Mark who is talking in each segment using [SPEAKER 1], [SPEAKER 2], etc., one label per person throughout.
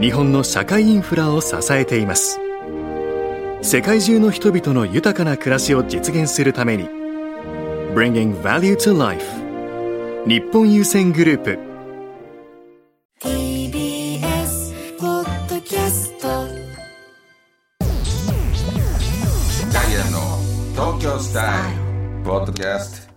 [SPEAKER 1] 日本の社会インフラを支えています世界中の人々の豊かな暮らしを実現するために Bringing Value to Life 日本郵船グループ
[SPEAKER 2] TBS ポッドキャスト
[SPEAKER 3] ダイアンの東京スタイルポッドキャスト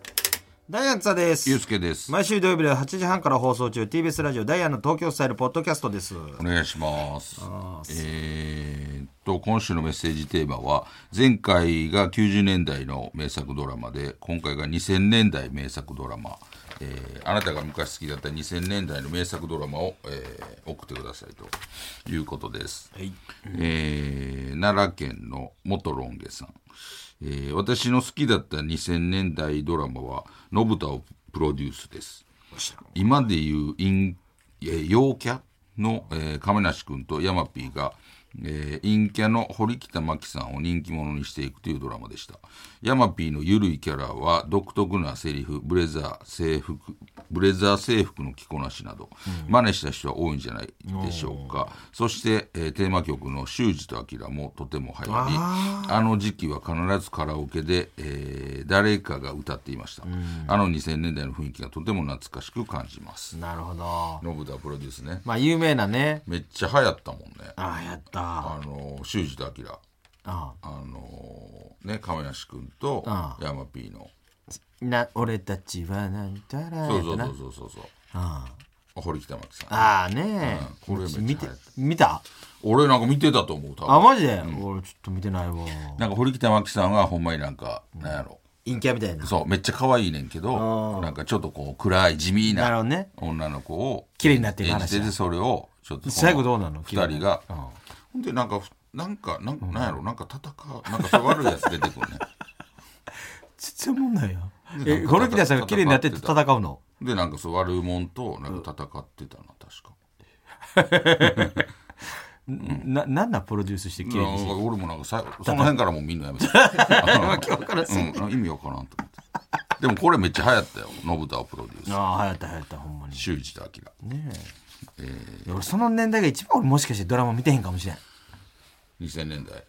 [SPEAKER 4] ダイアンツァです
[SPEAKER 3] ゆうすけです
[SPEAKER 4] 毎週土曜日で8時半から放送中 TBS ラジオダイアンの東京スタイルポッドキャストです
[SPEAKER 3] お願いしますえーっと今週のメッセージテーマは前回が90年代の名作ドラマで今回が2000年代名作ドラマ、えーあなたが昔好きだった2000年代の名作ドラマを、えー送ってくださいということです、えー奈良県の元ロンゲさん、えー私の好きだった2000年代ドラマは信太をプロデュースです今でいう陰えー陽キャの、えー亀梨君と山 P が、えー陰キャの堀北真希さんを人気者にしていくというドラマでした山 P のゆるいキャラは独特なセリフブレザー制服ブレザー制服の着こなしなど、真似した人は多いんじゃないでしょうかそして、えーテーマ曲の「修二と明」もとても流行りあの時期は必ずカラオケで、えー誰かが歌っていました、あの2000年代の雰囲気がとても懐かしく感じます
[SPEAKER 4] なるほど
[SPEAKER 3] 信田プロデュースね
[SPEAKER 4] まあ有名なね
[SPEAKER 3] めっちゃ流行ったもんね
[SPEAKER 4] ああやった
[SPEAKER 3] あの修二と明
[SPEAKER 4] あ
[SPEAKER 3] あのね亀梨君と
[SPEAKER 4] あ
[SPEAKER 3] 山 P の
[SPEAKER 4] な俺たちはなんたらやな
[SPEAKER 3] そうそうそうそうそうそう堀北真希さん
[SPEAKER 4] ああね
[SPEAKER 3] うんこれめっちゃ流行
[SPEAKER 4] 見
[SPEAKER 3] った
[SPEAKER 4] て見た
[SPEAKER 3] 俺なんか見てたと思う多
[SPEAKER 4] あ
[SPEAKER 3] 分
[SPEAKER 4] マジで、俺ちょっと見てないわ
[SPEAKER 3] なんか堀北真希さんがほんまになんかなんやろ
[SPEAKER 4] 陰キャみたいな
[SPEAKER 3] そうめっちゃ可愛いねんけどなんかちょっとこう暗い地味
[SPEAKER 4] なるほ
[SPEAKER 3] な
[SPEAKER 4] どね
[SPEAKER 3] 女の子を
[SPEAKER 4] 綺麗になっていく
[SPEAKER 3] 演じ
[SPEAKER 4] 話
[SPEAKER 3] てて
[SPEAKER 4] だ
[SPEAKER 3] それをちょっとこ
[SPEAKER 4] 最後どうなの
[SPEAKER 3] 2人が
[SPEAKER 4] うん
[SPEAKER 3] ほんでなんかふなんかなんなんやろなんか戦うなんかそう悪いやつ出てくるね
[SPEAKER 4] 全然もんないよ
[SPEAKER 3] で
[SPEAKER 4] え堀北さんが綺麗になって戦うの
[SPEAKER 3] でなんかそう悪いもんとなんか戦ってたな確か
[SPEAKER 4] ななんなんプロデュースして綺麗に
[SPEAKER 3] なん
[SPEAKER 4] し
[SPEAKER 3] か
[SPEAKER 4] て
[SPEAKER 3] 俺もなんかさその辺からもうみんなやめ て今日からうん、意味わからんと思ってでもこれめっちゃ流行ったよ信太をプロデュース
[SPEAKER 4] ああ流行った流行ったほんまに
[SPEAKER 3] 修二と明
[SPEAKER 4] ねえいや俺その年代が一番俺もしかしてドラマ見てへんかもしれん
[SPEAKER 3] 2000年代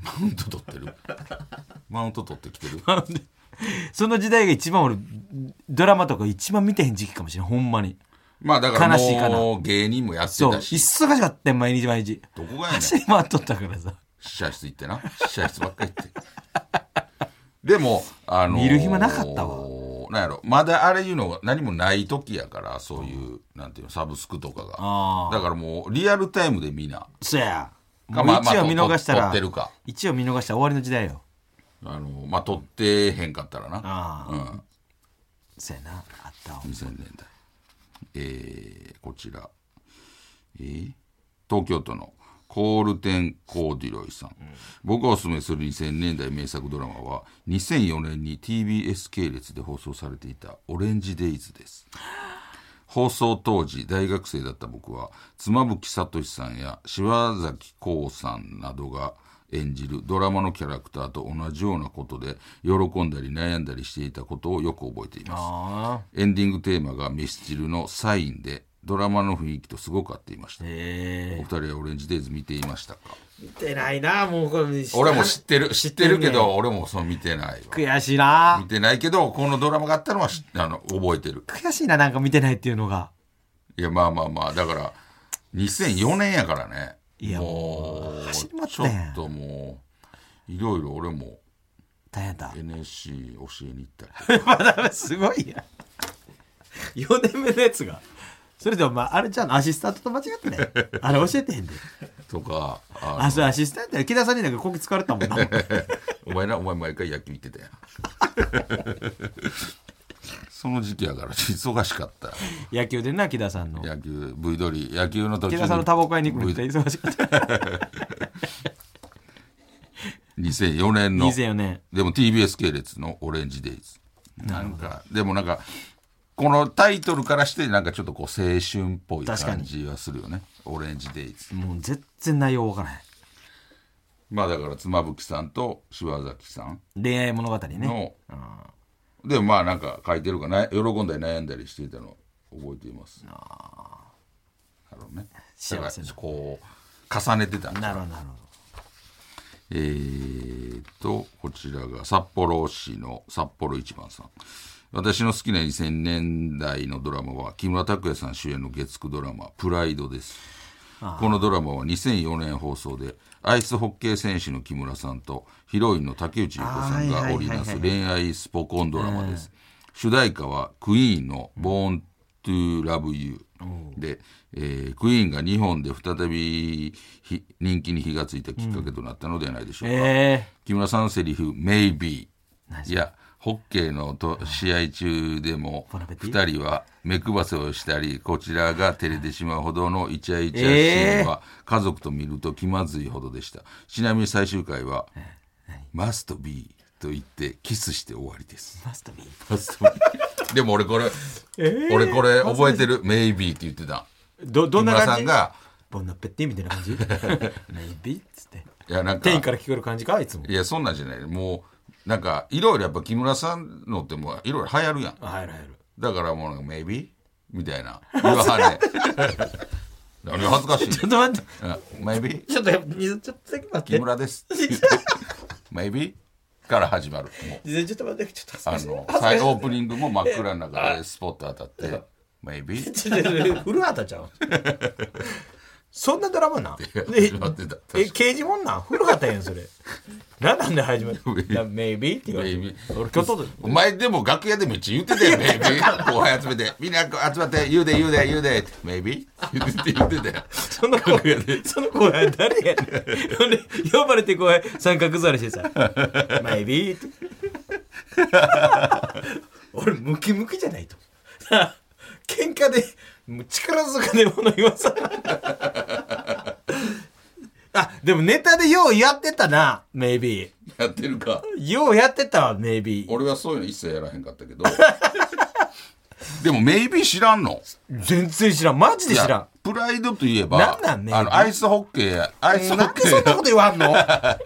[SPEAKER 3] マウント取ってるマウント取ってきてる
[SPEAKER 4] その時代が一番俺ドラマとか一番見てへん時期かもしれんほんまに
[SPEAKER 3] まあだから
[SPEAKER 4] 悲しいかな
[SPEAKER 3] もう芸人もやって
[SPEAKER 4] そう
[SPEAKER 3] たし
[SPEAKER 4] 忙しかったよ毎日毎日
[SPEAKER 3] どこがやねん
[SPEAKER 4] 走り回っとったからさ
[SPEAKER 3] 試写室行ってな試写室ばっかり行ってでもあのー
[SPEAKER 4] 見る暇なかった
[SPEAKER 3] なんやろまだあれいうのが何もない時やからそういう、なんていうのサブスクとか
[SPEAKER 4] あー
[SPEAKER 3] がだからもうリアルタイムで見な
[SPEAKER 4] そやも
[SPEAKER 3] か
[SPEAKER 4] う
[SPEAKER 3] まあまあ
[SPEAKER 4] 1話見逃した
[SPEAKER 3] 撮
[SPEAKER 4] ら
[SPEAKER 3] ってるか
[SPEAKER 4] 1話見逃したら終わりの時代よ
[SPEAKER 3] あのーまあ撮ってへんかったらな
[SPEAKER 4] ああ
[SPEAKER 3] うん
[SPEAKER 4] そやなあったわ
[SPEAKER 3] 2000年代えー、こちらえー東京都のコールテン・コーディロイさん、僕がおすすめする2000年代名作ドラマは2004年に TBS 系列で放送されていた「オレンジ・デイズ」です放送当時大学生だった僕は妻夫木聡さんや柴崎コウさんなどが演じるドラマのキャラクターと同じようなことで喜んだり悩んだりしていたことをよく覚えています
[SPEAKER 4] ああ
[SPEAKER 3] エンディングテーマがミスチルのサインで、ドラマの雰囲気とすごく合っていました。
[SPEAKER 4] え
[SPEAKER 3] お二人はオレンジデイズ見ていましたか
[SPEAKER 4] え見てないなもうこれ
[SPEAKER 3] 俺も知ってる、知ってるけ
[SPEAKER 4] 知ってんね
[SPEAKER 3] ど、俺もそう見てないわ。
[SPEAKER 4] 悔しいな
[SPEAKER 3] 見てないけど、このドラマがあったのは知あの覚えてる。
[SPEAKER 4] 悔しいななんか見てないっていうのが
[SPEAKER 3] いや、まあまあまあ、だから、2004年やからね。
[SPEAKER 4] いや
[SPEAKER 3] もう、
[SPEAKER 4] 走
[SPEAKER 3] ち
[SPEAKER 4] り回っ
[SPEAKER 3] ょ
[SPEAKER 4] たやん
[SPEAKER 3] っともう、いろいろ俺も
[SPEAKER 4] 大変だ
[SPEAKER 3] NSC 教えに行ったりとか。
[SPEAKER 4] まだすごいや4年目のやつがそれでお前あれじゃんアシスタントと間違ってないあれ教えてへんで
[SPEAKER 3] とかあの
[SPEAKER 4] あそうアシスタントや木田さんになんかこき使われたもんな
[SPEAKER 3] お前な、お前毎回野球行ってたやん。 その時期やから忙しかった
[SPEAKER 4] 野球でな木田さんの
[SPEAKER 3] 野球 V ドリ野球の途中
[SPEAKER 4] 木
[SPEAKER 3] に
[SPEAKER 4] 田さんのタバコ買いに行くのめっちゃ忙しかった
[SPEAKER 3] 2004年の
[SPEAKER 4] 2004年
[SPEAKER 3] でも TBS 系列の「オレンジデイズ」なんかでもなんかこのタイトルからしてなんかちょっとこう青春っぽい
[SPEAKER 4] 確か
[SPEAKER 3] 感
[SPEAKER 4] に
[SPEAKER 3] じはするよね「オレンジデイズ
[SPEAKER 4] もう全然内容わからへん」
[SPEAKER 3] まあだから妻夫木さんと柴崎さん
[SPEAKER 4] 恋愛物語ね
[SPEAKER 3] の、でもまあなんか書いてるかな喜んだり悩んだりしてたの覚えていますなるほどねだから
[SPEAKER 4] 幸せな
[SPEAKER 3] こう重ねてたんです
[SPEAKER 4] なるほどなるほ
[SPEAKER 3] えー、と、こちらが札幌市の札幌一番さん。私の好きな2000年代のドラマは木村拓哉さん主演の月9ドラマ「プライド」ですこのドラマは2004年放送でアイスホッケー選手の木村さんとヒロインの竹内結子さん
[SPEAKER 4] あ
[SPEAKER 3] が
[SPEAKER 4] ーはいはいはいはい
[SPEAKER 3] 織りなす恋愛スポコンドラマです主題歌はクイーンの「Born to Love You」で、えークイーンが日本で再びひ人気に火がついたきっかけとなったのではないでしょう
[SPEAKER 4] ど
[SPEAKER 3] か、
[SPEAKER 4] え
[SPEAKER 3] 木村さんセリフ「Maybe」いやホッケーのと試合中でも
[SPEAKER 4] ボナペティ
[SPEAKER 3] 2人は目配せをしたりこちらが照れてしまうほどのイチャイチャシーンは家族と見ると気まずいほどでした、ちなみに最終回は「Must be」と言ってキスして終わりです
[SPEAKER 4] ー、マストビー
[SPEAKER 3] でも俺これ、俺これ覚えてる「Maybe」って言ってた
[SPEAKER 4] どど
[SPEAKER 3] 木
[SPEAKER 4] んな
[SPEAKER 3] 村
[SPEAKER 4] 感
[SPEAKER 3] さ
[SPEAKER 4] じ
[SPEAKER 3] んが
[SPEAKER 4] ボンナペッティみたいな感じメイビーっつって
[SPEAKER 3] いやなんか
[SPEAKER 4] 天から聞こえる感じかいつも
[SPEAKER 3] いやそんなんじゃないもうなんかいろいろやっぱ木村さんのってもういろいろ流行るやん
[SPEAKER 4] 入る入る
[SPEAKER 3] だからもうなんか、maybe? みたいな。言わはれ。 何が恥ずかしい
[SPEAKER 4] ちょっと待って
[SPEAKER 3] うん maybe?
[SPEAKER 4] ちょっとやっぱちょっとだけ待
[SPEAKER 3] 木
[SPEAKER 4] って
[SPEAKER 3] 村です。maybe? から始まる。もう
[SPEAKER 4] ちょっと待ってちょっと
[SPEAKER 3] あ
[SPEAKER 4] 恥ず
[SPEAKER 3] の、最後オープニングも真っ暗の中でスポット当たって、maybe?
[SPEAKER 4] かしいちょっと待って古畑ちゃうそんなドラマなんえ
[SPEAKER 3] 始まってた。
[SPEAKER 4] え刑事もんなん古畑やんそれ何なん で始まる Maybe って言われて
[SPEAKER 3] Maybe
[SPEAKER 4] 俺京都で
[SPEAKER 3] お前でも楽屋でめっちゃ言ってたよ、maybe? 後輩集めて、みんな集まって、言うで言うで言うでって、maybe? 言って言ってたよ。
[SPEAKER 4] その子その子は誰やねん。ほんで呼ばれて怖い三角座りして さ、マイビーって。 俺ムキムキじゃないと。 喧嘩でもう力ずくで物言わさ。 あ、でもネタでようやってたな、メイビ
[SPEAKER 3] やってるか。
[SPEAKER 4] ー。ようやってたわ、メイビー。
[SPEAKER 3] 俺はそういうの一切やらへんかったけどでもメイビー知らんの
[SPEAKER 4] 全然知らん。マジで知
[SPEAKER 3] い
[SPEAKER 4] ら
[SPEAKER 3] や
[SPEAKER 4] ん。
[SPEAKER 3] プライドといえば
[SPEAKER 4] なんなんね
[SPEAKER 3] あのアイスホッケーやアイスホ
[SPEAKER 4] なん
[SPEAKER 3] ッ
[SPEAKER 4] で
[SPEAKER 3] ケ
[SPEAKER 4] そんな
[SPEAKER 3] ー
[SPEAKER 4] こと言わんの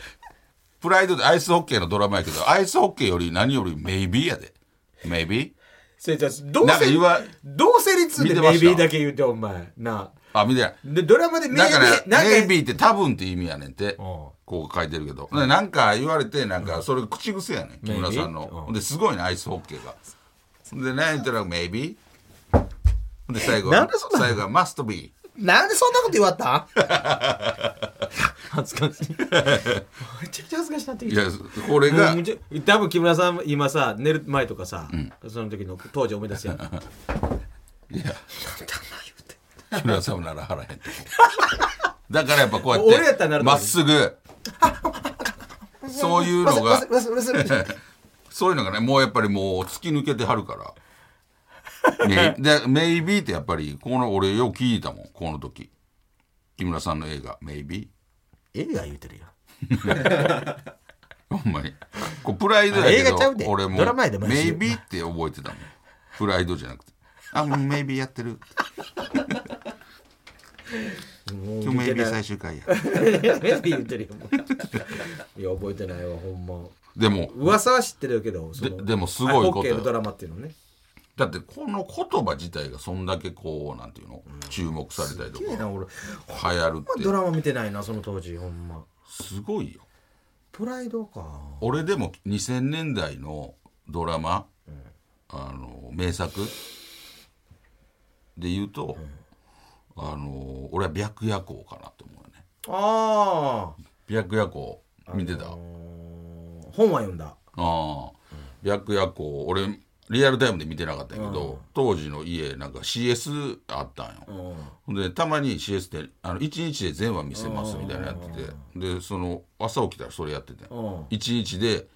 [SPEAKER 3] プライドでアイスホッケーのドラマやけどアイスホッケーより何よりメイビーやでメイビー
[SPEAKER 4] それじゃあどう
[SPEAKER 3] なんか
[SPEAKER 4] せ
[SPEAKER 3] 言わ、
[SPEAKER 4] どうせ率
[SPEAKER 3] 見
[SPEAKER 4] で
[SPEAKER 3] てま
[SPEAKER 4] メイ
[SPEAKER 3] した
[SPEAKER 4] ビーだけ言うて、お前。なあ。
[SPEAKER 3] あ見てない
[SPEAKER 4] でドラマでメイビ
[SPEAKER 3] だ
[SPEAKER 4] ー
[SPEAKER 3] からメイ
[SPEAKER 4] ー
[SPEAKER 3] ビーって多分って意味やねんってこう書いてるけどでなんか言われてなんかそれ口癖やねん木村さん
[SPEAKER 4] Maybe？
[SPEAKER 3] の
[SPEAKER 4] うん
[SPEAKER 3] ですごいねアイスホッケーがで何言ったらメイビーで最後
[SPEAKER 4] なんでそんな
[SPEAKER 3] 最後はマストビー
[SPEAKER 4] なんでそんなこと言われた 恥ずかしいめちゃくちゃ恥ずかしいなってき
[SPEAKER 3] い
[SPEAKER 4] た
[SPEAKER 3] やこれが
[SPEAKER 4] もうちょ多分木村さん今さ寝る前とかさ、その時の当時思い出すや んなんで
[SPEAKER 3] いや
[SPEAKER 4] あんな言うて
[SPEAKER 3] 木村さんもならはらへんと思うだからやっぱこう
[SPEAKER 4] 俺
[SPEAKER 3] や
[SPEAKER 4] や
[SPEAKER 3] っ
[SPEAKER 4] った
[SPEAKER 3] て
[SPEAKER 4] らなると思う
[SPEAKER 3] まっす ぐそういうのが
[SPEAKER 4] 忘れ忘れ忘れ忘れ
[SPEAKER 3] そういうのがねもうやっぱりもう突き抜けてはるから、 ね、で「メイビー」ってやっぱりこの俺よう聞いたもんこの時木村さんの映画「メイビ
[SPEAKER 4] 映画言うてるやん
[SPEAKER 3] ー」ほんまにこうプライドやけ
[SPEAKER 4] あ映画ちゃう
[SPEAKER 3] ど
[SPEAKER 4] で
[SPEAKER 3] 俺も
[SPEAKER 4] ドラマやで
[SPEAKER 3] 「
[SPEAKER 4] 毎
[SPEAKER 3] メ
[SPEAKER 4] 週
[SPEAKER 3] イビー」って覚えてたもんプライドじゃなくて「あもうメイビーやってる」
[SPEAKER 4] もう
[SPEAKER 3] 今日メイビー最
[SPEAKER 4] い
[SPEAKER 3] 終回や
[SPEAKER 4] メイビー言うてるやんもういや覚えてないわほんま
[SPEAKER 3] でも
[SPEAKER 4] 噂は知ってるけどその
[SPEAKER 3] ででもすごいこと
[SPEAKER 4] ホッケ
[SPEAKER 3] よ
[SPEAKER 4] ーのドラマっていうのね
[SPEAKER 3] だってこの言葉自体がそんだけこうなんていうの注目されたりと
[SPEAKER 4] い
[SPEAKER 3] か
[SPEAKER 4] いな俺
[SPEAKER 3] 流行るって
[SPEAKER 4] ドラマ見てないなその当時ほんます
[SPEAKER 3] ごいよ
[SPEAKER 4] プライドか
[SPEAKER 3] 俺でも2000年代のドラマ、あの名作で言うと、あの俺は白夜行かなと思うよね
[SPEAKER 4] ああ
[SPEAKER 3] 白夜行見てた、あ
[SPEAKER 4] 本は読んだ
[SPEAKER 3] あ白夜行俺リアルタイムで見てなかったんやけど、当時の家なんか CS あったんよ、ほんでたまに CS ってあの1日で全話見せますみたいなのやっててでその朝起きたらそれやってて
[SPEAKER 4] うん
[SPEAKER 3] 1日で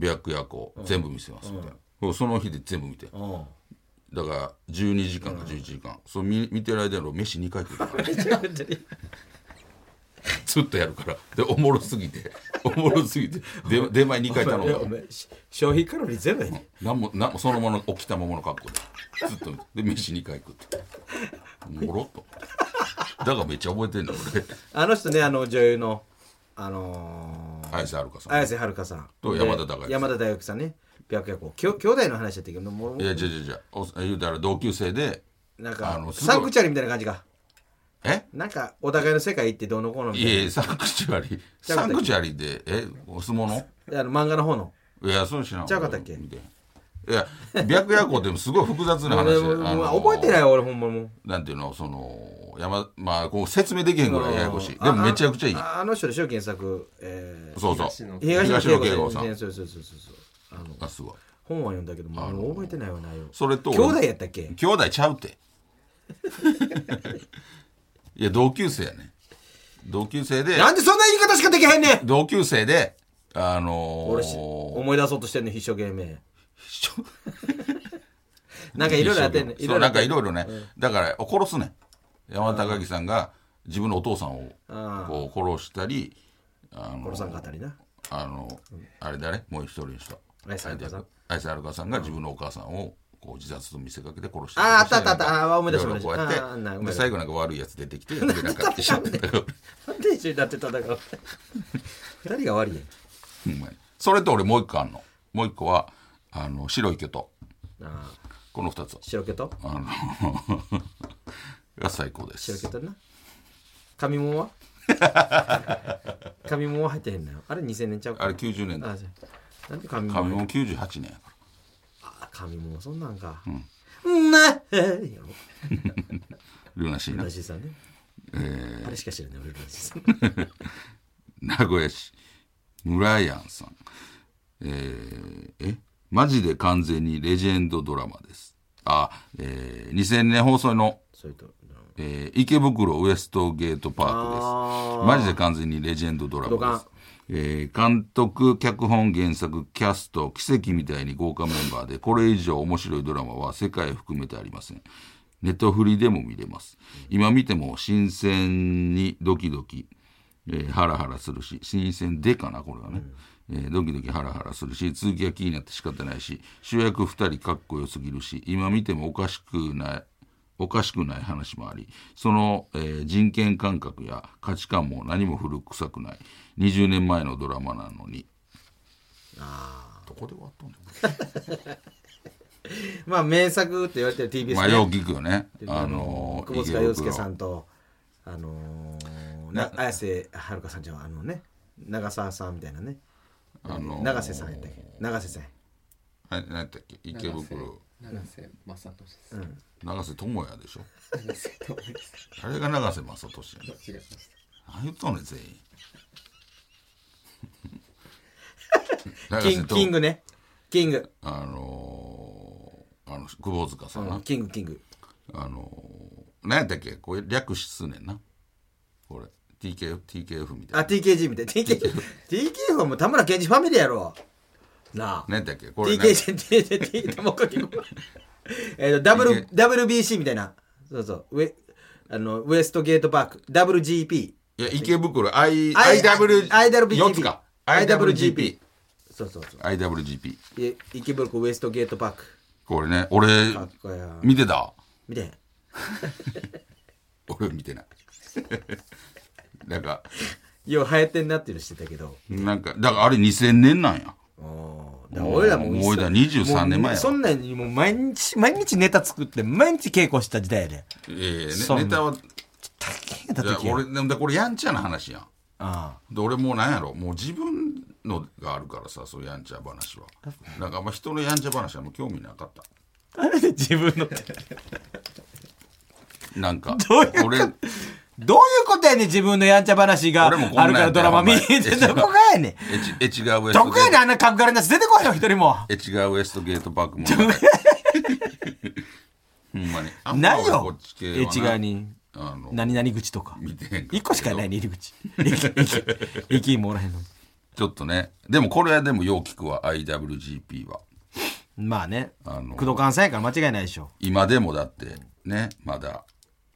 [SPEAKER 3] 白夜行全部見せますみたいな、その日で全部見て
[SPEAKER 4] う
[SPEAKER 3] だから12時間か11時間、そう見見てる間の飯2回食う からねずっとやるからでおもろすぎておもろすぎてで出前2回頼んだ
[SPEAKER 4] お前し消費カロリーゼロやね
[SPEAKER 3] なんもなんもそのまま起きたままの格好でずっとで飯2回食ってもろっと思ってだからめっちゃ覚えてんだ俺
[SPEAKER 4] あの人ねあの女優のあのー
[SPEAKER 3] 綾瀬はるかさん
[SPEAKER 4] 綾瀬はるかさん
[SPEAKER 3] と
[SPEAKER 4] で
[SPEAKER 3] 山田孝之さん
[SPEAKER 4] 山田大学さんね白夜行きょ兄弟の話やったけどもう
[SPEAKER 3] いやじゃじゃじゃお言うたら同級生で
[SPEAKER 4] なん
[SPEAKER 3] あ
[SPEAKER 4] か
[SPEAKER 3] のすごい
[SPEAKER 4] サンクチュアリみたいな感じか
[SPEAKER 3] え
[SPEAKER 4] なんかお互いの世界行ってどうのこうのみたい
[SPEAKER 3] いやいやサンクチュアリ
[SPEAKER 4] ちゃうか
[SPEAKER 3] サ
[SPEAKER 4] ったっけ
[SPEAKER 3] ンクチュアリでえお相撲の
[SPEAKER 4] なあの漫画の方の
[SPEAKER 3] いや、そうしな。
[SPEAKER 4] ちゃうかったっけ
[SPEAKER 3] みいないや、白夜行でもすごい複雑な話
[SPEAKER 4] 俺
[SPEAKER 3] で。
[SPEAKER 4] もう
[SPEAKER 3] あの
[SPEAKER 4] 覚えてないわ俺ほんまもう
[SPEAKER 3] なんていうの、その、山、まあ、こう説明できへんぐらいややこしい。
[SPEAKER 4] あ
[SPEAKER 3] でもめちゃくちゃいい。
[SPEAKER 4] ああの人でしょ原作えー
[SPEAKER 3] そうそう。
[SPEAKER 4] 東野
[SPEAKER 3] 野
[SPEAKER 4] 圭
[SPEAKER 3] 圭
[SPEAKER 4] 吾
[SPEAKER 3] 吾
[SPEAKER 4] さ
[SPEAKER 3] さ
[SPEAKER 4] ん
[SPEAKER 3] ん
[SPEAKER 4] ね。そうそうそうそうそうあの
[SPEAKER 3] あ、すごい。
[SPEAKER 4] 本は読んだけどもうあの覚えてないわ内容
[SPEAKER 3] それと、
[SPEAKER 4] 兄弟やったっけ
[SPEAKER 3] 兄弟ちゃうって。 いや、同級生やね。同級生で、
[SPEAKER 4] なんでそんな言い方しかできへんねん
[SPEAKER 3] 同級生で、あのー、
[SPEAKER 4] 俺し思い出そうとしてんの必勝芸名
[SPEAKER 3] 一緒
[SPEAKER 4] なんかいろいろやってんね
[SPEAKER 3] 一生懸命そうなんかいろ
[SPEAKER 4] い
[SPEAKER 3] いろね、だから殺すね山田孝之さんが自分のお父さんを
[SPEAKER 4] あー
[SPEAKER 3] こう殺したりあの
[SPEAKER 4] ろさん語りな
[SPEAKER 3] あのあれだねもう一人の人
[SPEAKER 4] 綾瀬はるかさん
[SPEAKER 3] 綾瀬はるかさんが自分のお母さんをこう自殺と見せかけて殺した
[SPEAKER 4] あーあったあったあったあー思い出した
[SPEAKER 3] いろいろこうや
[SPEAKER 4] 思い出したあー
[SPEAKER 3] っ
[SPEAKER 4] なん
[SPEAKER 3] て
[SPEAKER 4] か
[SPEAKER 3] で最後なんか悪いやつ出てきてやってなんかってしまった から
[SPEAKER 4] なんで一緒になって戦う二人が悪いやん
[SPEAKER 3] ほんまにそれと俺もう一個あんのもう一個はあの白い巨と
[SPEAKER 4] あー
[SPEAKER 3] この二つ
[SPEAKER 4] 白毛と
[SPEAKER 3] あのが最高です
[SPEAKER 4] 白毛とな紙もんは 紙もんは入ってへんのよあれ2000年ちゃうか
[SPEAKER 3] あれ90年代
[SPEAKER 4] あじゃあなんで紙も
[SPEAKER 3] 紙
[SPEAKER 4] ん
[SPEAKER 3] も98年やから
[SPEAKER 4] あ紙もんそんなんかうんなえやろ
[SPEAKER 3] ルナシーな
[SPEAKER 4] ラジさんねあれしか知らない俺らしさん
[SPEAKER 3] 名古屋市ムライアンさんえーえマジで完全にレジェンドドラマですあ、えー、2000年放送の、
[SPEAKER 4] それとうん
[SPEAKER 3] えー池袋ウエストゲートパーク
[SPEAKER 4] あ
[SPEAKER 3] で
[SPEAKER 4] ー
[SPEAKER 3] すマジで完全にレジェンドドラマですえー監督脚本原作キャスト奇跡みたいに豪華メンバーでこれ以上面白いドラマは世界含めてありませんネットフリでも見れます今見ても新鮮にドキドキ、えーハラハラするし新鮮でかなこれはね、えードキドキハラハラするし続きが気になって仕方ないし主役2人かっこよすぎるし今見てもおかしくないおかしくない話もありその、えー人権感覚や価値観も何も古臭くない20年前のドラマなのにどこで終わったんだ
[SPEAKER 4] まあ名作って言われてる TBS
[SPEAKER 3] まあ
[SPEAKER 4] ね
[SPEAKER 3] よく聞くよねあ
[SPEAKER 4] あ
[SPEAKER 3] の
[SPEAKER 4] の
[SPEAKER 3] ー
[SPEAKER 4] 久保塚
[SPEAKER 3] 池袋
[SPEAKER 4] 洋介さんとあのーな綾瀬はるかさんじゃんあのね長澤さんみたいなね
[SPEAKER 3] あのー
[SPEAKER 4] 長瀬さんやったっけ長瀬さんや
[SPEAKER 3] はい何やったっけ池袋
[SPEAKER 5] 長瀬正俊です。
[SPEAKER 3] 永瀬智也でしょ
[SPEAKER 5] 長瀬智也です。
[SPEAKER 3] あれが永瀬正俊やね
[SPEAKER 5] 違いました。
[SPEAKER 3] 何言っとんねん全員
[SPEAKER 4] キンキングねキング、
[SPEAKER 3] あのーあの久保塚さんな、
[SPEAKER 4] うん、キングキング
[SPEAKER 3] あのー、何やったっけこれ略しすねんなこれ TKF, TKF みた
[SPEAKER 4] あ
[SPEAKER 3] いな
[SPEAKER 4] TKG みたい TKG TKF はもう田村健二ファミリーやろなあ
[SPEAKER 3] 何やったっけこれなんか
[SPEAKER 4] TKG ってもう一回え っと W- WBC みたいなそうそうウエあのウエストゲートパーク WGP
[SPEAKER 3] いや池袋 I,
[SPEAKER 4] I-
[SPEAKER 3] IW
[SPEAKER 4] IWGP
[SPEAKER 3] 四つか IWGP
[SPEAKER 4] そうそうそ
[SPEAKER 3] IWGP
[SPEAKER 4] うい池袋ウエストゲートパーク
[SPEAKER 3] これね俺
[SPEAKER 4] かっこや
[SPEAKER 3] 見てた
[SPEAKER 4] みたいな
[SPEAKER 3] 俺見てない なんか
[SPEAKER 4] よう流行ってんなっていうのしてたけど
[SPEAKER 3] なんかだからあれ2000年なんや
[SPEAKER 4] おーだから俺らも
[SPEAKER 3] もう
[SPEAKER 4] 一緒
[SPEAKER 3] 俺ら23年前やわ
[SPEAKER 4] もうそんなんにもう毎日毎日ネタ作って毎日稽古した時代やで
[SPEAKER 3] ええね
[SPEAKER 4] そんな
[SPEAKER 3] ネタは
[SPEAKER 4] 大変だ
[SPEAKER 3] い
[SPEAKER 4] った
[SPEAKER 3] や
[SPEAKER 4] 時や
[SPEAKER 3] 俺でもこれやんちゃな話やん
[SPEAKER 4] あ
[SPEAKER 3] で俺もうなんやろもう自分のがあるからさそういうやんちゃ話はなんかあんま人のやんちゃ話はもう興味なかった
[SPEAKER 4] ああれで自分の
[SPEAKER 3] なんか、
[SPEAKER 4] どういうこと
[SPEAKER 3] 俺、
[SPEAKER 4] どういうことやねん自分のやんちゃ話があ
[SPEAKER 3] 俺もこんなん
[SPEAKER 4] るからドラマ見に行って
[SPEAKER 3] や
[SPEAKER 4] ど
[SPEAKER 3] ん
[SPEAKER 4] こがやねん
[SPEAKER 3] エチエチガーウエス
[SPEAKER 4] ど
[SPEAKER 3] ト
[SPEAKER 4] こ
[SPEAKER 3] ゲ
[SPEAKER 4] やねん
[SPEAKER 3] ー
[SPEAKER 4] あんな角刈りなやつ出てこいよ一人も
[SPEAKER 3] ト、エチガーウエストゲートパークも。 ほんまに。あんま
[SPEAKER 4] ない
[SPEAKER 3] 俺こ
[SPEAKER 4] よ
[SPEAKER 3] っち系はな
[SPEAKER 4] エチ側。に
[SPEAKER 3] あの、
[SPEAKER 4] 何々口とか
[SPEAKER 3] 見てへん
[SPEAKER 4] 一個しかないね入り口駅駅駅もおらへんのに
[SPEAKER 3] ちょっとね、でもこれはでもよう聞くわ、IWGP は。
[SPEAKER 4] まあね
[SPEAKER 3] あの
[SPEAKER 4] 工藤関西やから間違いないでしょ
[SPEAKER 3] 今でもだってねまだ、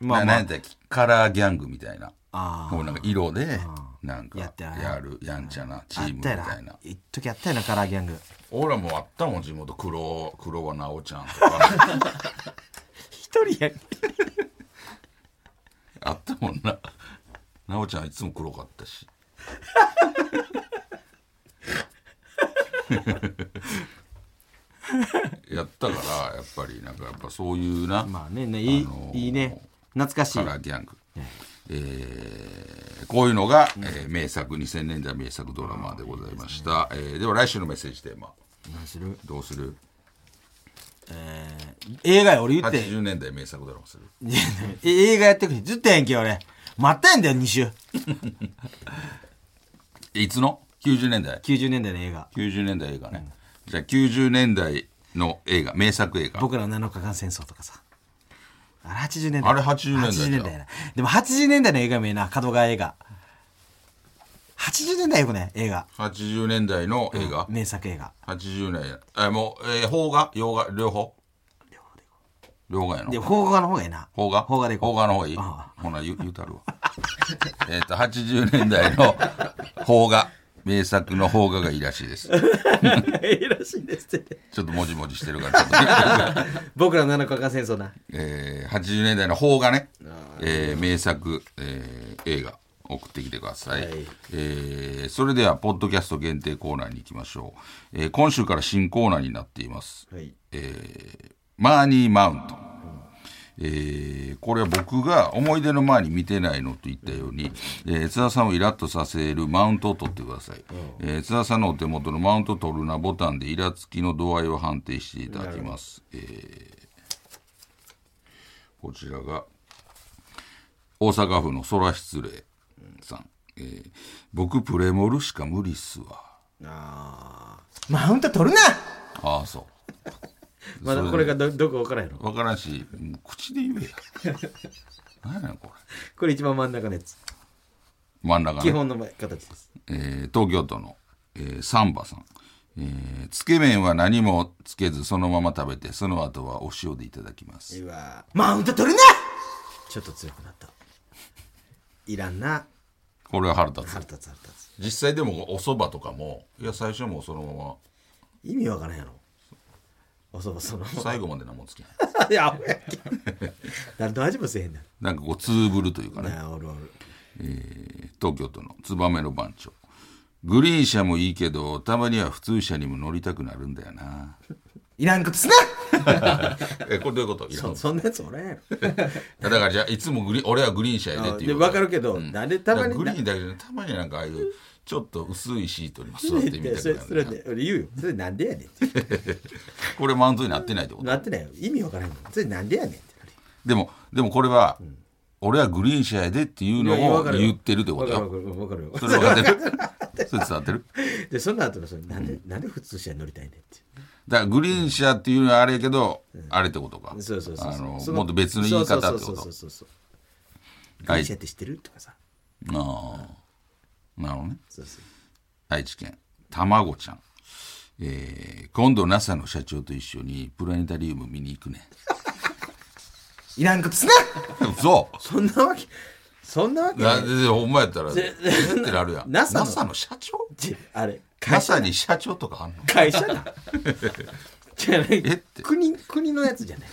[SPEAKER 4] まあ
[SPEAKER 3] なな
[SPEAKER 4] ま
[SPEAKER 3] ん
[SPEAKER 4] あ
[SPEAKER 3] やったっけカラーギャングみたいな
[SPEAKER 4] あ
[SPEAKER 3] もうなんか色でなんか
[SPEAKER 4] やってない
[SPEAKER 3] やるやんちゃなチ
[SPEAKER 4] ああ
[SPEAKER 3] ーム
[SPEAKER 4] っ
[SPEAKER 3] み
[SPEAKER 4] た
[SPEAKER 3] た
[SPEAKER 4] や
[SPEAKER 3] いな
[SPEAKER 4] な一時やったやなカラーギャング
[SPEAKER 3] 俺らもあったもん地元黒黒はなおちゃんとか
[SPEAKER 4] 一人や
[SPEAKER 3] あったもんななおちゃんいつも黒かった しやったからやっぱりなんかやっぱそういうな、
[SPEAKER 4] まあねねいい,、
[SPEAKER 3] あのー
[SPEAKER 4] いいね懐かしい
[SPEAKER 3] カラーギャング、えーこういうのが、えー名作2000年代名作ドラマでございましたえーでは来週のメッセージテーマ
[SPEAKER 4] 何する
[SPEAKER 3] どうする
[SPEAKER 4] 映画や俺言って
[SPEAKER 3] 80年代名作ドラマする
[SPEAKER 4] いや映画やってくれずっとやんけ俺待ったんだよ2週
[SPEAKER 3] いつの ?90 年代
[SPEAKER 4] 90年代の映画
[SPEAKER 3] 90年代映画ね、じゃあ90年代の映画名作映画
[SPEAKER 4] 僕らの7日間戦争とかさあれ80年代
[SPEAKER 3] あれ80年代
[SPEAKER 4] 80年代やなでも80年代の映画もいいな角川映画80年代よくね映画
[SPEAKER 3] 80年代の映画、
[SPEAKER 4] 名作映画
[SPEAKER 3] 80年代えもう、えー邦画洋画両方両画やの
[SPEAKER 4] で邦画の方がいいな
[SPEAKER 3] 邦画
[SPEAKER 4] 邦画でいこう
[SPEAKER 3] 邦画の方がいい
[SPEAKER 4] あ
[SPEAKER 3] ほな言う言うたるわ えっと80年代の邦画名作の邦画がいいらしいです
[SPEAKER 4] ええらしいですって
[SPEAKER 3] ちょっともじもじしてるからちょっと ね
[SPEAKER 4] 僕らの7日間戦争な
[SPEAKER 3] えー、80年代の邦画ね、えー名作、えー映画送ってきてください、えーそれではポッドキャスト限定コーナーに行きましょう、えー今週から新コーナーになっています、
[SPEAKER 4] はい
[SPEAKER 3] えーマーニーマウント、えーこれは僕が思い出の前に見てないのと言ったように、えー津田さんをイラッとさせるマウントを取ってください、えー津田さんのお手元のマウント取るなボタンでイラつきの度合いを判定していただきます、えーこちらが大阪府の空失礼さん、えー僕プレモルしか無理っすわ
[SPEAKER 4] マウント取るな
[SPEAKER 3] ああそう
[SPEAKER 4] まだこれがどどこ分からへんの
[SPEAKER 3] 分からんしうん口で言えや 何やねんこれ
[SPEAKER 4] これ一番真ん中のやつ
[SPEAKER 3] 真ん中、ね、
[SPEAKER 4] 基本の形です
[SPEAKER 3] えー東京都の、えーサンバさん、えーつけ麺は何もつけずそのまま食べてその後はお塩でいただきます
[SPEAKER 4] うわマウント取るなちょっと強くなったいらんな
[SPEAKER 3] これは腹立つ
[SPEAKER 4] 腹立つ腹立つ
[SPEAKER 3] 実際でもお蕎麦とかもいや最初もうそのま
[SPEAKER 4] 意味わからんやろおそばその
[SPEAKER 3] ま最後まで何もつけ ない
[SPEAKER 4] い やアホやけ何と味もせえへんな
[SPEAKER 3] なんかこうつぶるというかね
[SPEAKER 4] なあおるおる
[SPEAKER 3] 東京都の燕の番長グリーン車もいいけどたまには普通車にも乗りたくなるんだよな
[SPEAKER 4] いらんことすな
[SPEAKER 3] えこれどういうこといや
[SPEAKER 4] そそんなやつおらんや
[SPEAKER 3] だからじゃあいつもグリーン俺はグリーン車やでっ
[SPEAKER 4] ろ
[SPEAKER 3] て
[SPEAKER 4] で
[SPEAKER 3] いう
[SPEAKER 4] 分かるけど、
[SPEAKER 3] うん
[SPEAKER 4] なんでたまに
[SPEAKER 3] だからグリー
[SPEAKER 4] な
[SPEAKER 3] ンだけじゃないたまになんかああいうちょっと薄いシートにも座ってみた
[SPEAKER 4] それ
[SPEAKER 3] く
[SPEAKER 4] そ
[SPEAKER 3] な
[SPEAKER 4] れ
[SPEAKER 3] る、ね、
[SPEAKER 4] で俺言うよそれなんでやねんって
[SPEAKER 3] これマウントになってないってこと
[SPEAKER 4] なってないよ意味わからんもんそれなんでやねんってなる
[SPEAKER 3] でもでもこれは、俺はグリーン車やでっていう
[SPEAKER 4] いやいや
[SPEAKER 3] の
[SPEAKER 4] わ
[SPEAKER 3] を
[SPEAKER 4] かるよ
[SPEAKER 3] 言ってるってこ
[SPEAKER 4] わ
[SPEAKER 3] と
[SPEAKER 4] か
[SPEAKER 3] よ
[SPEAKER 4] るわかるわ
[SPEAKER 3] そ
[SPEAKER 4] か
[SPEAKER 3] れ
[SPEAKER 4] る
[SPEAKER 3] 分かってるそれ伝わってる
[SPEAKER 4] でその後のそれなんで、なんで普通車乗りたいねんって
[SPEAKER 3] だからグリーン車っていうのはあれやけど、あれってことか
[SPEAKER 4] そうそうそう
[SPEAKER 3] あ
[SPEAKER 4] そう
[SPEAKER 3] の
[SPEAKER 4] その
[SPEAKER 3] もっと別の言い方ってこと
[SPEAKER 4] そうそうそうそうそうそう
[SPEAKER 3] はい
[SPEAKER 4] 会社って知ってるとか
[SPEAKER 3] あ
[SPEAKER 4] さ
[SPEAKER 3] あなるほどね
[SPEAKER 4] そうそう
[SPEAKER 3] 愛知県たまごちゃん、えー今度 NASA の社長と一緒にプラネタリウム見に行くね
[SPEAKER 4] いらんことすな
[SPEAKER 3] そ
[SPEAKER 4] そんなわけそんなわけ
[SPEAKER 3] う
[SPEAKER 4] な
[SPEAKER 3] ないでほんまやったらえってなるやん
[SPEAKER 4] NASA の
[SPEAKER 3] NASA の社長
[SPEAKER 4] ちあれ会社
[SPEAKER 3] NASA に社長とかあんの
[SPEAKER 4] 会社だ じゃない
[SPEAKER 3] えって
[SPEAKER 4] 国国のやつじゃない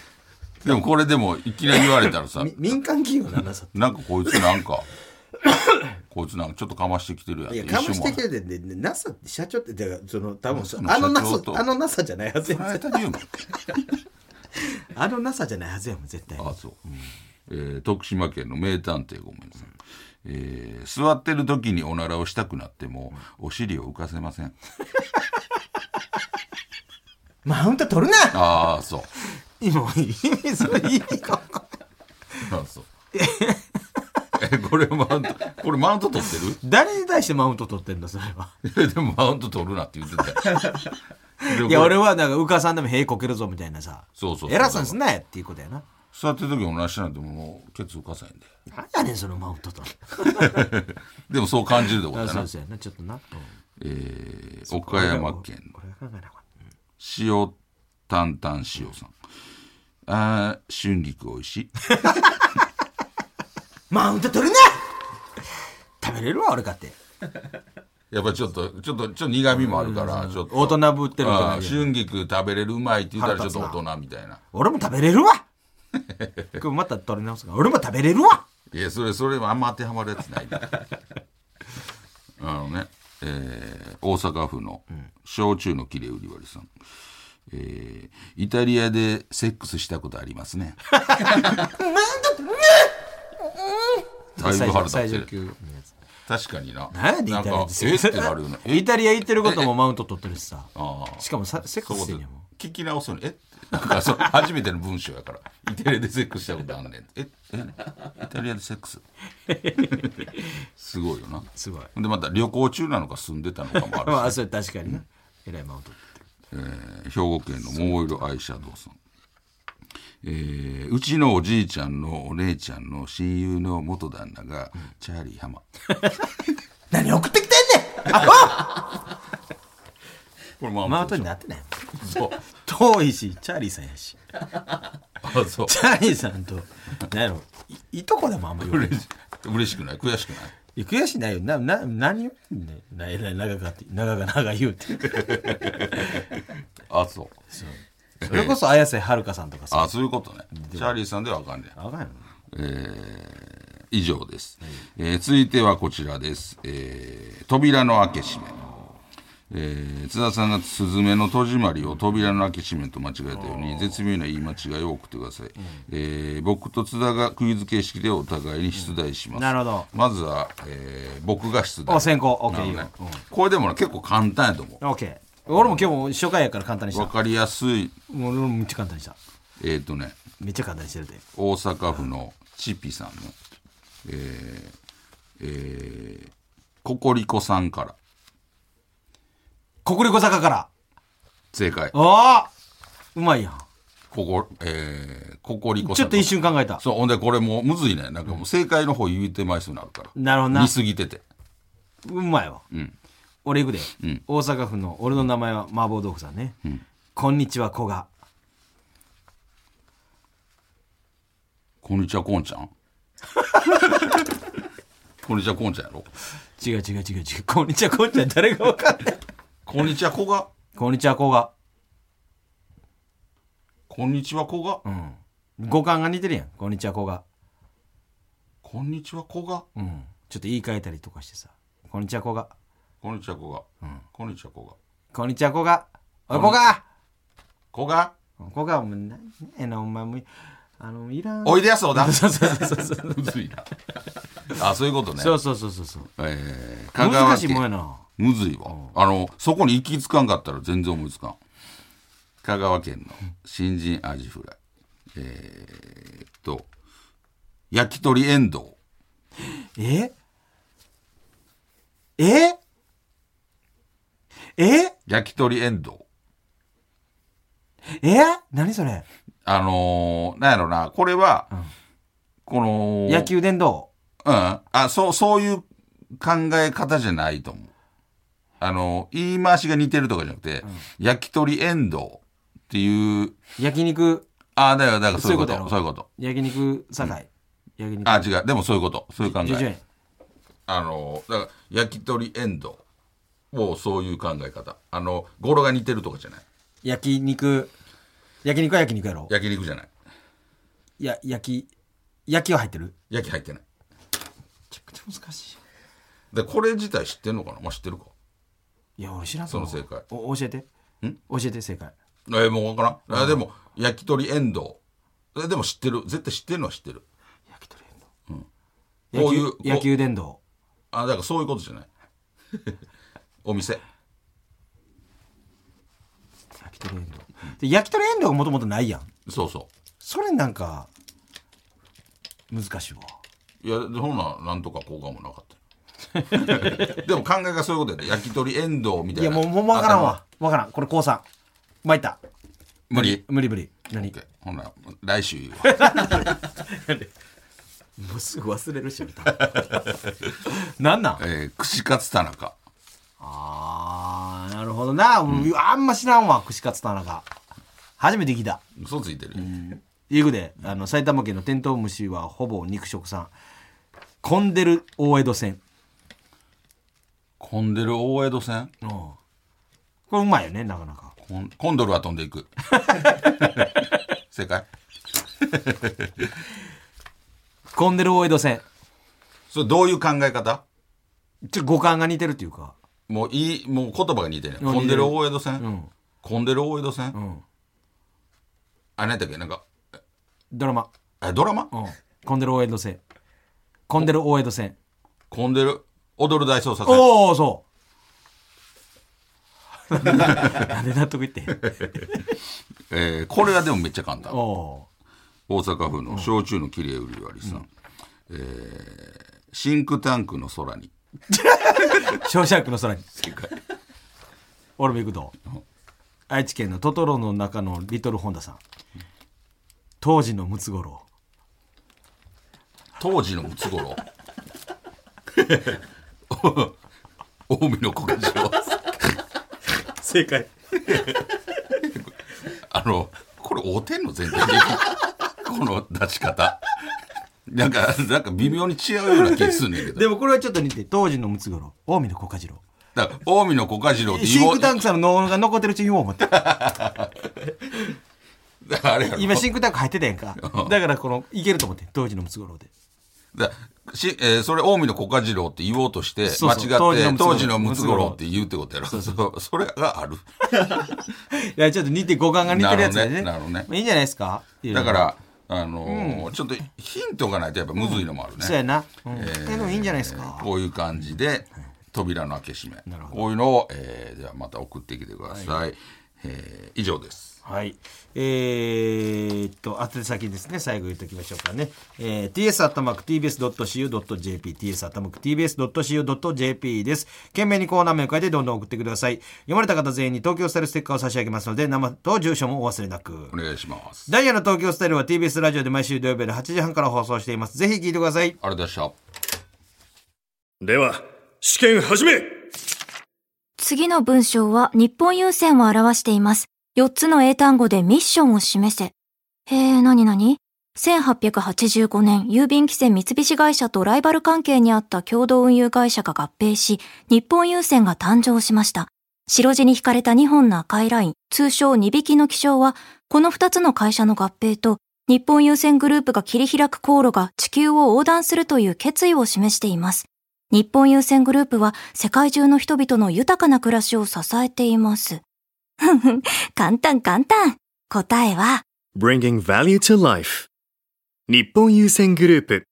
[SPEAKER 3] でもこれでもいきなり言われたらさ
[SPEAKER 4] み民間企業のなさ
[SPEAKER 3] なんかこいつなんか こいつなんかちょっとかましてきてるやん
[SPEAKER 4] いや
[SPEAKER 3] 一
[SPEAKER 4] かま
[SPEAKER 3] 瞬
[SPEAKER 4] し
[SPEAKER 3] も
[SPEAKER 4] てきてるで、ね、NASA って社長ってだからその多分そ
[SPEAKER 3] NASA の
[SPEAKER 4] あの
[SPEAKER 3] 社長
[SPEAKER 4] NASA
[SPEAKER 3] と
[SPEAKER 4] あの NASA じゃないはず
[SPEAKER 3] プラ
[SPEAKER 4] や
[SPEAKER 3] ネタリウム
[SPEAKER 4] あの NASA じゃないはずやもん絶対
[SPEAKER 3] あそう、えー徳島県の名探偵ごめんなさい、えー座ってる時におならをしたくなってもお尻を浮かせません
[SPEAKER 4] マウント取るな
[SPEAKER 3] ああそう
[SPEAKER 4] 今意味それ意味が分かんない
[SPEAKER 3] あ そうえこれマウントこれマウント取って
[SPEAKER 4] 誰に対してマウント取ってんだそれは
[SPEAKER 3] る でもマウント取るなって言ってたよ で
[SPEAKER 4] いや
[SPEAKER 3] これ
[SPEAKER 4] 俺はなんか浮かさんでもへえこけるぞみたいなさ
[SPEAKER 3] そうそう
[SPEAKER 4] 偉そうにすんなやっていうことやな
[SPEAKER 3] 座ってる時におならしたなんてもうケツ浮かせへんで
[SPEAKER 4] なんやねんそのマウントと
[SPEAKER 3] でも そう感じるってこと
[SPEAKER 4] あ
[SPEAKER 3] だ
[SPEAKER 4] そ
[SPEAKER 3] な
[SPEAKER 4] う、そうやなちょっとな、うん
[SPEAKER 3] えー岡山県の
[SPEAKER 4] これは考えなあかん
[SPEAKER 3] 塩タンタン塩さん。あー、春菊美味しい。
[SPEAKER 4] マウント取るな食べれるわ、俺かって。
[SPEAKER 3] やっぱちょっと、ちょっと、ちょっと苦味もあるから、ちょっと。
[SPEAKER 4] 大人ぶってるみたいな
[SPEAKER 3] あー春菊食べれるうまいって言ったらちょっと大人みたいな。
[SPEAKER 4] 俺も食べれるわこれまた取り直すから。俺も食べれるわ
[SPEAKER 3] いや、それ、それあんま当てはまるやつないな。 あのね、えー大阪府の焼酎の切れ売り割りさん。えーイタリアでセックスしたことあります ね。だいぶ腹立って
[SPEAKER 4] 最上
[SPEAKER 3] る。
[SPEAKER 4] 級。
[SPEAKER 3] 確かにな。
[SPEAKER 4] 何やでイ
[SPEAKER 3] な
[SPEAKER 4] タ
[SPEAKER 3] ん
[SPEAKER 4] リア
[SPEAKER 3] か
[SPEAKER 4] で、
[SPEAKER 3] えってなるよね。え
[SPEAKER 4] イタリア行ってることもマウント取ってるしさ。
[SPEAKER 3] ああ。
[SPEAKER 4] しかもさセックスしてんねんもん。
[SPEAKER 3] 聞き直すのに、えってなんかそう初めての文章やから、イタリアでセックスしたことあんねん。ええイタリアでセック スすごいよな。
[SPEAKER 4] すごい。
[SPEAKER 3] で、また旅行中なのか住んでたのかもあるし
[SPEAKER 4] まあ、それ確かにな。えらいマウント取ってる。
[SPEAKER 3] えー兵庫県の桃色アイシャドウさん。えーうちのおじいちゃんのお姉ちゃんの親友の元旦那が、チャーリー浜。
[SPEAKER 4] 何送ってきてんねんあ
[SPEAKER 3] これまあ
[SPEAKER 4] マウントになってない。
[SPEAKER 3] そう。
[SPEAKER 4] 遠いし、チャーリーさんやし。
[SPEAKER 3] あ、そう。
[SPEAKER 4] チャーリーさんと、何やろ、いいとこでもあんまり言わない
[SPEAKER 3] 嬉し嬉しくない悔しくない
[SPEAKER 4] いや悔しいないよ。な、な、何を言うねんな、えらい長かって、長が長言うて。
[SPEAKER 3] あ、そう。
[SPEAKER 4] それこそ綾瀬はるかさんとかさ。
[SPEAKER 3] あ、そういうことね。チャーリーさんではわかんねえ。
[SPEAKER 4] あかんよ。
[SPEAKER 3] えー以上です、えー続いてはこちらです、えー扉の開け閉め、えー津田さんが「スズメの戸締まり」を「扉の開け閉め」と間違えたように絶妙な言い間違いを送ってください、えー僕と津田がクイズ形式でお互いに出題します、
[SPEAKER 4] なるほど
[SPEAKER 3] まずは、えー僕が出題
[SPEAKER 4] お、先行。オッケ
[SPEAKER 3] な
[SPEAKER 4] ー、い
[SPEAKER 3] る
[SPEAKER 4] い
[SPEAKER 3] ほどね
[SPEAKER 4] よ。うん
[SPEAKER 3] これでもな結構簡単やと思
[SPEAKER 4] オッケー。俺も今日も初回やから簡単に
[SPEAKER 3] う
[SPEAKER 4] した。
[SPEAKER 3] 分
[SPEAKER 4] も
[SPEAKER 3] かりやすいう
[SPEAKER 4] 俺もめっちゃ簡単にした。
[SPEAKER 3] えっ、とね
[SPEAKER 4] めっちゃ簡単にしてるで。
[SPEAKER 3] 大阪府のチピさんの、えーえーココリコさんから
[SPEAKER 4] ココリコ坂から。
[SPEAKER 3] 正解
[SPEAKER 4] おーうまいやん。
[SPEAKER 3] ここ、えー、ココリコ
[SPEAKER 4] ち
[SPEAKER 3] さ
[SPEAKER 4] ょっ
[SPEAKER 3] ん
[SPEAKER 4] と一瞬考えた。
[SPEAKER 3] そうほんでこれもうむずいねなんかもう正解の方言うてまいそうになるから
[SPEAKER 4] なるほどな
[SPEAKER 3] 似。すぎてて
[SPEAKER 4] うまいわ。
[SPEAKER 3] ん
[SPEAKER 4] 俺行くで、
[SPEAKER 3] ん
[SPEAKER 4] 大阪府の俺の名前は麻婆豆腐さんね。こんにちは、古賀。
[SPEAKER 3] こんにちはこんちゃ んこんにちはこんちゃんやろ
[SPEAKER 4] 違う違う違う違う。こんにちは、こんにちは。誰がわかんない。
[SPEAKER 3] こんにちはこが
[SPEAKER 4] こんにちは、古賀。
[SPEAKER 3] こんにちはこが、
[SPEAKER 4] うん。五感が似てるやん。こんにちは、古賀。
[SPEAKER 3] こんにちはこが
[SPEAKER 4] うん。ちょっと言い換えたりとかしてさ。こんにちは、古賀。
[SPEAKER 3] こんにちはこが、こんにちはこが
[SPEAKER 4] こんにちは、古賀。おい、古賀
[SPEAKER 3] こが
[SPEAKER 4] 古賀、お前、なんやな、お前もう、あの、いらん。
[SPEAKER 3] おいでやそうだ
[SPEAKER 4] そうそうそうそう。
[SPEAKER 3] むずいなあそういうことね
[SPEAKER 4] そうそうそうそうそう。
[SPEAKER 3] えー、香川県
[SPEAKER 4] 難しいもんやな。
[SPEAKER 3] むずいわ、あのそこに行きつかんかったら全然思いつかん香川県の新人アジフライえー、っと焼き鳥遠藤
[SPEAKER 4] えええ
[SPEAKER 3] 焼き鳥遠藤
[SPEAKER 4] え何それ
[SPEAKER 3] あのー、なんやろなこれは、この
[SPEAKER 4] 野球殿堂。
[SPEAKER 3] うんあそうそういう考え方じゃないと思うあの言い回しが似てるとかじゃなくて、焼き鳥遠藤っていう
[SPEAKER 4] 焼肉、
[SPEAKER 3] ああだよだからそういうこと
[SPEAKER 4] そう
[SPEAKER 3] そうい
[SPEAKER 4] いうことやろ
[SPEAKER 3] うこと
[SPEAKER 4] 焼肉堺。焼肉。
[SPEAKER 3] あ、違う。でもそういうこと。そういう考
[SPEAKER 4] 従業
[SPEAKER 3] え
[SPEAKER 4] 員。。
[SPEAKER 3] あの、だから、焼き鳥エンドをそういう考え方。あの、語呂が似てるとかじゃない。
[SPEAKER 4] 焼肉、焼肉は焼肉やろ
[SPEAKER 3] 焼肉じゃない。
[SPEAKER 4] や、焼き、焼きは入ってる
[SPEAKER 3] 焼き入ってない。
[SPEAKER 4] めちゃくちゃ難し
[SPEAKER 3] で、これ自体知ってんのかなまあ、知ってるか。
[SPEAKER 4] い。いや、俺知らん
[SPEAKER 3] その正解
[SPEAKER 4] お教えて。ん教えて、正解。
[SPEAKER 3] えーもうわからん。あでも、焼き鳥エンドえでも知ってる。絶対知ってるのは知ってる。
[SPEAKER 4] 焼き鳥殿堂。
[SPEAKER 3] こういうこう
[SPEAKER 4] 野球殿堂。
[SPEAKER 3] あ、だからそういうことじゃない。 お店。
[SPEAKER 4] 焼き鳥殿堂。で、焼き鳥殿堂がもともとないやん。
[SPEAKER 3] そうそ
[SPEAKER 4] それなんか、難しいわ。
[SPEAKER 3] う。いや、でほんならなんとか効果もなか ったよ。でも考えがそういうことやで、焼き鳥エンドみた
[SPEAKER 4] い
[SPEAKER 3] い
[SPEAKER 4] や、
[SPEAKER 3] な。
[SPEAKER 4] もう、もうわからん
[SPEAKER 3] あ。あ
[SPEAKER 4] わ。わからん。これ、こうさん。参った。
[SPEAKER 3] の無理。
[SPEAKER 4] 無理無理。何
[SPEAKER 3] オッケーほんなら、来週言う わ。
[SPEAKER 4] もうすぐ忘れるし、 なんなん
[SPEAKER 3] えー、串カツ田中。
[SPEAKER 4] あー、なるほどな。うんあんま知らんわ、串カツ田中。初めて聞いた。
[SPEAKER 3] 嘘ついてるやん
[SPEAKER 4] 行くで、あの、埼玉県のテントウムシはほぼ肉食さん。混んでる大江戸線。
[SPEAKER 3] 混んでる大江戸線
[SPEAKER 4] うん。これうまいよね、なかなか。
[SPEAKER 3] コンコンドルは飛んでいく 正解
[SPEAKER 4] 混んでる大江戸線。
[SPEAKER 3] それどういう考え方
[SPEAKER 4] ちょっと五感が似てるっていうか。
[SPEAKER 3] もういいもう言葉が似てるやん
[SPEAKER 4] うん
[SPEAKER 3] 混んでる大江戸線、
[SPEAKER 4] うん。
[SPEAKER 3] 混んでる大江戸線、
[SPEAKER 4] うん。
[SPEAKER 3] あれだっけなんか
[SPEAKER 4] ドラマ。
[SPEAKER 3] えドラマ、
[SPEAKER 4] うん。混んでる大江戸線。混んでる大江戸線。
[SPEAKER 3] 混んでる踊る大捜査線
[SPEAKER 4] おお、 そう。なんで納得いってへん。
[SPEAKER 3] えーこれはでもめっちゃ簡単
[SPEAKER 4] おお
[SPEAKER 3] 大阪府の焼酎の切れ売り割りさん、えーシンクタンクの空に
[SPEAKER 4] ー。ショーシャークの空に。
[SPEAKER 3] 正解
[SPEAKER 4] 俺も行くと。愛知県のトトロの中のリトルホンダさん。当時のムツゴロ
[SPEAKER 3] 当時のムツゴロウ近江の小頭は
[SPEAKER 4] ウ。正解。
[SPEAKER 3] あのこれおてんの全体的にこの出し方なんかなんか微妙に違うような気すんねんけど
[SPEAKER 4] でもこれはちょっと似てる、当時のムツゴロウ。近江の小カジロ
[SPEAKER 3] だから近江の小頭郎っ
[SPEAKER 4] ウ。
[SPEAKER 3] て
[SPEAKER 4] シ
[SPEAKER 3] 言
[SPEAKER 4] ン
[SPEAKER 3] おう
[SPEAKER 4] クタンクさんの脳が残ってるうちに言おう思って。
[SPEAKER 3] だからあれやろ
[SPEAKER 4] 今シンクタンク入ってたやんか。だからこの、いけると思って、当時のムツゴロウで。
[SPEAKER 3] だし、えーそれ近江の小梶郎って言おうとして
[SPEAKER 4] そうそう
[SPEAKER 3] 間違って
[SPEAKER 4] 当
[SPEAKER 3] 当
[SPEAKER 4] 時
[SPEAKER 3] 時
[SPEAKER 4] の
[SPEAKER 3] の
[SPEAKER 4] ム
[SPEAKER 3] ム
[SPEAKER 4] ツ
[SPEAKER 3] ツ
[SPEAKER 4] ゴ
[SPEAKER 3] ゴ
[SPEAKER 4] ロ
[SPEAKER 3] ロ
[SPEAKER 4] ウ
[SPEAKER 3] ウって言うってことやろそうそれがある
[SPEAKER 4] いや、ちょっと似て五感が似てるやつだよね。
[SPEAKER 3] なるほどねなるほど
[SPEAKER 4] いいんじゃないですか
[SPEAKER 3] だか、らあのーちょっとヒントがないとやっぱむずいのもあるね、
[SPEAKER 4] そうやな。うん
[SPEAKER 3] えー
[SPEAKER 4] えでもいいんじゃないですか。
[SPEAKER 3] こういう感じで扉の開け閉め
[SPEAKER 4] なるほど
[SPEAKER 3] こういうのを、えーではまた送ってきてください、えー以上です
[SPEAKER 4] はい。えー、っと、宛先ですね。最後言っときましょうかね。えー、ts.tbs.cu.jp、ts.tbs.cu.jp です。懸命にコーナー名を書いてどんどん送ってください。読まれた方全員に東京スタイルステッカーを差し上げますので、生と住所もお忘れなく
[SPEAKER 3] お。願いします
[SPEAKER 4] ダイヤの東京スタイルは TBS ラジオで毎週土曜日の8時半から放送しています。ぜひ聞いてください。
[SPEAKER 3] あれでした
[SPEAKER 1] では試験始め
[SPEAKER 6] 次の文章は日本郵船を表しています。4つの英単語でミッションを示せ。へえ、なになに ?1885 年、郵便規制三菱会社とライバル関係にあった共同運輸会社が合併し、日本郵船が誕生しました。白地に引かれた2本の赤いライン、通称2匹の気象は、この2つの会社の合併と、日本郵船グループが切り開く航路が地球を横断するという決意を示しています。日本優先グループは世界中の人々の豊かな暮らしを支えています。ふんふん、簡単簡単。答えは、
[SPEAKER 1] Bringing Value to Life 日本優先グループ